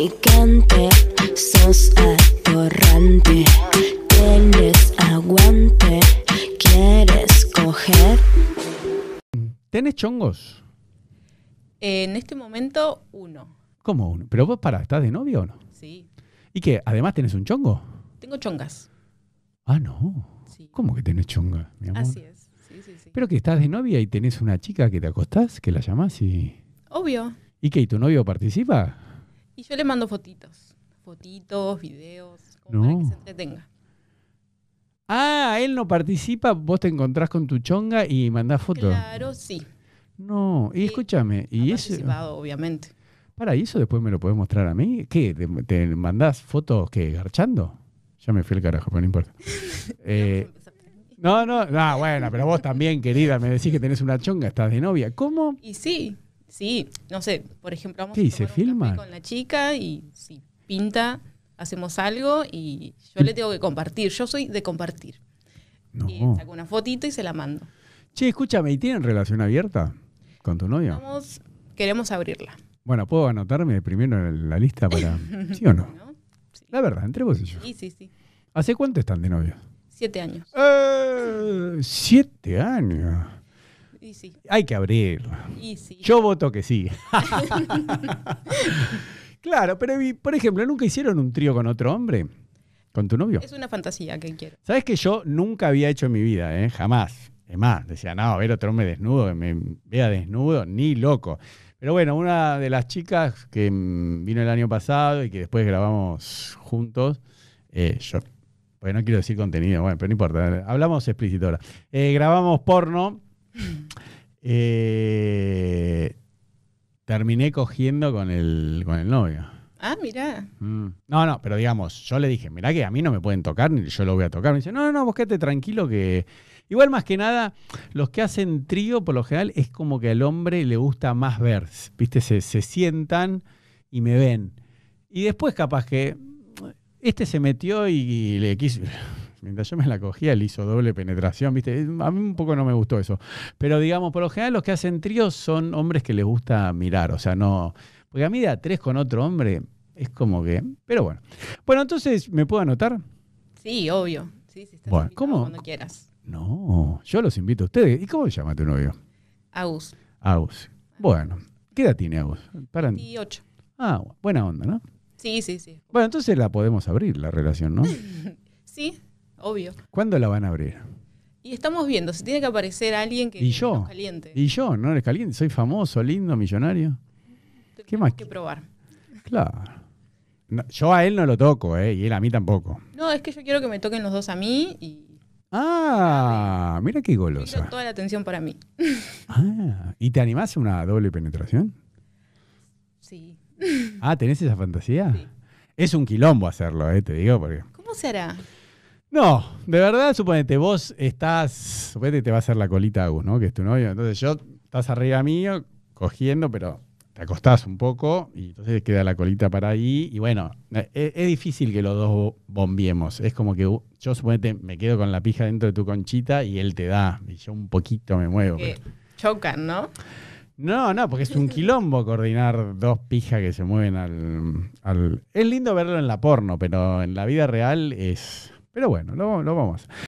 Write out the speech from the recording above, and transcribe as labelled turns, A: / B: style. A: atorrante, sos atorrante. Tienes aguante, quieres coger.
B: ¿Tenés chongos?
C: En este momento, uno.
B: ¿Cómo uno? Pero vos, pará, ¿estás de novio o no?
C: Sí.
B: ¿Y qué? ¿Además tenés un chongo?
C: Tengo chongas.
B: Ah, no.
C: Sí.
B: ¿Cómo que tenés chonga, mi amor?
C: Así es. Sí, sí, sí.
B: Pero que estás de novia y tenés una chica que te acostás, que la llamás y...
C: Obvio.
B: ¿Y qué? ¿Y tu novio participa?
C: Y yo le mando fotitos. Fotitos, videos, como
B: No.
C: para que se entretenga.
B: Ah, él no participa, vos te encontrás con tu chonga y mandás fotos.
C: Claro, sí.
B: No, y
C: Sí,
B: escúchame,
C: Ha
B: y eso...
C: participado, obviamente.
B: Para, ¿y eso después me lo podés mostrar a mí? ¿Qué? ¿Te, te mandás fotos que garchando? Ya me fui el carajo, pero no importa. Eh,
C: Vamos a empezar.
B: no, no, no, bueno, pero vos también, querida, me decís que tenés una chonga, estás de novia. ¿Cómo?
C: Y sí, sí. No sé, por ejemplo, vamos
B: ¿Qué? ¿Y se
C: tomar un café
B: filman?
C: con la chica y sí, pinta, hacemos algo y yo le tengo que compartir. Yo soy de compartir. Y
B: No.
C: saco una fotito y se la mando.
B: Che, escúchame, ¿y tienen relación abierta con tu novio?
C: Vamos, queremos abrirla.
B: Bueno, ¿puedo anotarme primero en la lista para... ¿Sí o no?
C: ¿no?
B: La verdad, entre vos y yo.
C: Sí, sí, sí.
B: ¿Hace cuánto están de novios?
C: Siete años.
B: Eh, siete años.
C: Y sí,
B: Hay que abrirlo.
C: y sí.
B: Yo voto que sí. claro, pero y, por ejemplo, ¿nunca hicieron un trío con otro hombre? ¿Con tu novio?
C: Es una fantasía que quiero.
B: Sabes que yo nunca había hecho en mi vida, ¿eh? jamás. Es más, decía, no, a ver otro hombre desnudo, que me vea desnudo, ni loco. Pero bueno, una de las chicas que mm, vino el año pasado y que después grabamos juntos, eh, yo, pues no quiero decir contenido, bueno, pero no importa, hablamos explícito ahora. Eh, grabamos porno. eh, terminé cogiendo con el, con el novio.
C: Ah, mira.
B: Mm. No, no, pero digamos, yo le dije, mirá que a mí no me pueden tocar, ni yo lo voy a tocar. Me dice, no, no, no, vos quédate tranquilo que... Igual más que nada, los que hacen trío por lo general es como que al hombre le gusta más ver, ¿viste? Se, se sientan y me ven. Y después capaz que eh, este se metió y, y le quiso... Mientras yo me la cogía, le hizo doble penetración, ¿viste? Eh, A mí un poco no me gustó eso. Pero digamos, por lo general los que hacen tríos son hombres que les gusta mirar, o sea, no... Porque a mí de a tres con otro hombre es como que... Pero bueno. Bueno, entonces, ¿me puedo anotar?
C: Sí, obvio. Sí, sí, estás
B: Bueno,
C: invitado
B: ¿cómo?
C: cuando quieras.
B: No, yo los invito a ustedes. ¿Y cómo se llama tu novio?
C: Agus,
B: Agus. Bueno, ¿qué edad tiene Agus? Para...
C: 28.
B: Ah, buena onda, ¿no?
C: Sí, sí, sí.
B: Bueno, entonces la podemos abrir, la relación, ¿no?
C: Sí, obvio.
B: ¿Cuándo la van a abrir?
C: Y estamos viendo, si tiene que aparecer alguien que
B: ¿Y yo?
C: nos caliente.
B: Y yo, ¿no eres caliente? Soy famoso, lindo, millonario.
C: Tenemos
B: ¿Qué más?
C: que probar.
B: Claro. No, yo a él no lo toco, ¿eh? Y él a mí tampoco.
C: No, es que yo quiero que me toquen los dos a mí y
B: Ah, mira qué
C: quiero
B: golosa.
C: toda la atención para mí.
B: Ah, ¿y te animás a una doble penetración?
C: Sí.
B: Ah, ¿tenés esa fantasía?
C: Sí.
B: Es un quilombo hacerlo, eh, te digo, porque.
C: ¿Cómo se hará?
B: No, de verdad, suponete, vos estás. Suponete te va a hacer la colita Agus, ¿no? Que es tu novio. Entonces yo estás arriba mío, cogiendo, pero te acostás un poco y entonces queda la colita para ahí. Y bueno, eh, es, difícil que los dos bo- bombiemos. Es como que uh, yo suponete me quedo con la pija dentro de tu conchita y él te da. Y yo un poquito me muevo.
C: Que
B: pero-
C: chocan, ¿no?
B: No, no, porque es un quilombo coordinar dos pijas que se mueven al, al- Es lindo verlo en la porno, pero en la vida real es... Pero bueno, lo, lo vamos.